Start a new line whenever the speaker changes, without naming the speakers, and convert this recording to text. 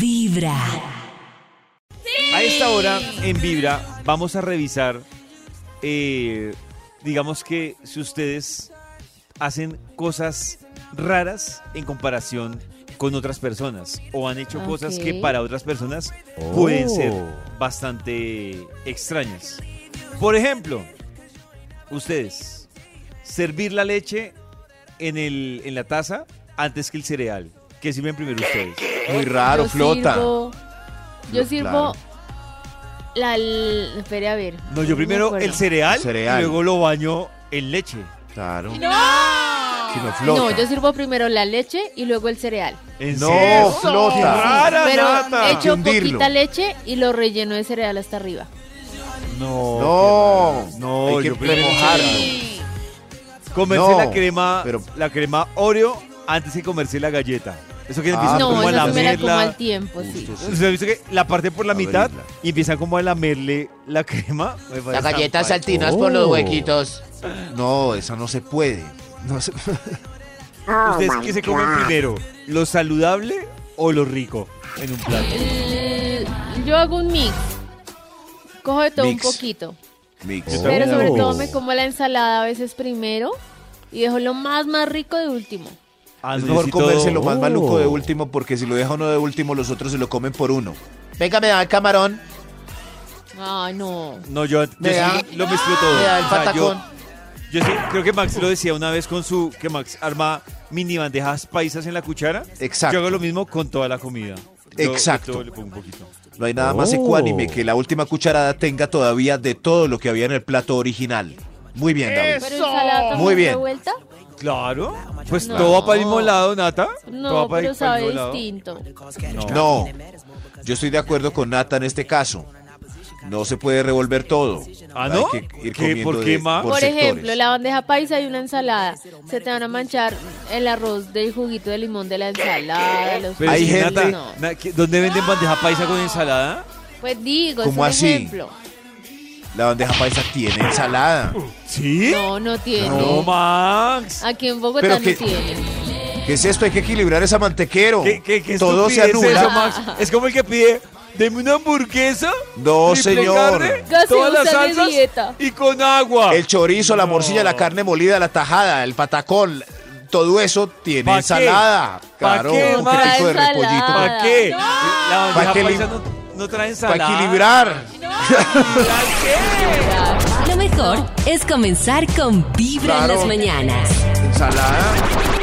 Vibra.
A esta hora en Vibra vamos a revisar, eh, digamos que si ustedes hacen cosas raras en comparación con otras personas o han hecho cosas que
Ok.
para otras personas pueden ser
Oh.
bastante extrañas. Por ejemplo, ustedes servir la leche en, el, en la taza antes que el cereal. ¿Qué sirven primero ustedes?
Muy raro,
Yo
flota.
sirvo- yo
Flo-
sirvo
claro.
la... l- Espere, a ver.
No, yo
me
primero
acuerdo.
el cereal,
Cereal.
y luego lo baño en leche.
Claro.
¡No!
Si no flota.
No, yo sirvo primero la leche y luego el cereal.
¿En
No,
serio?
flota.
¡Qué rara,
Pero
Nata!
he
Hay que
hecho
hundirlo.
poquita leche y lo relleno de cereal hasta arriba.
No,
No,
hay que
yo prefiero
premojarlo.
Comerse
No,
la crema,
pero-
la crema Oreo antes de comerse la galleta. Eso que
Ah,
empiezan
no,
como a
eso
la
se me la como al
lamerla.
tiempo, pues sí.
Justo, sí.
¿Usted ha visto que la parte por la mitad
Abrirla.
y empiezan como a lamerle la crema? Me parece
Las galletas
tan
saltinas por los huequitos.
No, esa no se puede. No se-
mal. ¿Ustedes
Oh,
qué se comen primero? ¿Lo saludable o lo rico en un plato?
Eh, Yo hago un mix. Cojo de todo
Mix.
un poquito.
Mix.
Yo
Pero
Oh.
sobre todo me como la ensalada a veces primero y dejo lo más más rico de último.
Ah,
Es
no, yo
mejor
sí todo-
comerse lo más
Oh.
maluco de último porque si lo deja uno de último los otros se lo comen por uno.
Venga, me da el camarón.
Ay, no.
No, yo, yo
Me
sí
da-
lo mezclo todo.
me da el
O sea, yo-
patacón.
yo sí, creo que Max lo decía una vez con su, que Max arma mini bandejas paisas en la cuchara.
Exacto.
Yo hago lo mismo con toda la comida. Yo-
Exacto.
yo todo le pongo un poquito.
No hay nada más
Oh.
ecuánime que la última cucharada tenga todavía de todo lo que había en el plato original. Muy bien, David.
Pero ensalada
Muy
también
bien.
revuelta.
Claro. Pues
No.
todo va para el mismo lado, Nata. todo
No,
va para
pero
el- para el
sabe
mismo lado.
distinto.
No, yo estoy de acuerdo con Nata en este caso. No se puede revolver todo.
¿Ah,
Hay
no?
que
¿Qué?
ir comiendo
¿Por qué,
de-
ma?
por
Por ejemplo,
sectores.
la bandeja paisa y una ensalada. Se te van a manchar el arroz del juguito de limón de la ensalada. Los
Pero
Hay
sí,
gente-
Nata,
No.
na- ¿qué- ¿dónde venden bandeja paisa con ensalada?
Pues digo, es
¿Cómo
un
así?
ejemplo.
La bandeja paisa tiene ensalada.
¿Sí?
No, no tiene.
No, Max.
Aquí en Bogotá
Pero
no
que-
tiene.
¿Qué es esto? Hay que equilibrar esa mantequero.
¿Qué, qué, qué
todo se
estupidez
anula.
eso, Max. Es como el que pide, deme una hamburguesa.
No,
triple
señor.
carne,
Gaseo,
todas las
sal de
salsas
dieta.
y con agua.
El chorizo, la morcilla, la carne molida, la tajada, el patacón, todo eso tiene
¿Pa qué?
ensalada.
¿Pa
Claro,
qué,
un
Max?
poquito de repollito.
Ensalada.
¿Para qué?
Ah, No.
La bandeja
¿Pa' qué
paisa
le-
no, no trae ensalada.
Para equilibrar.
Lo mejor es comenzar con Vibra en
Claro.
las mañanas.
Ensalada.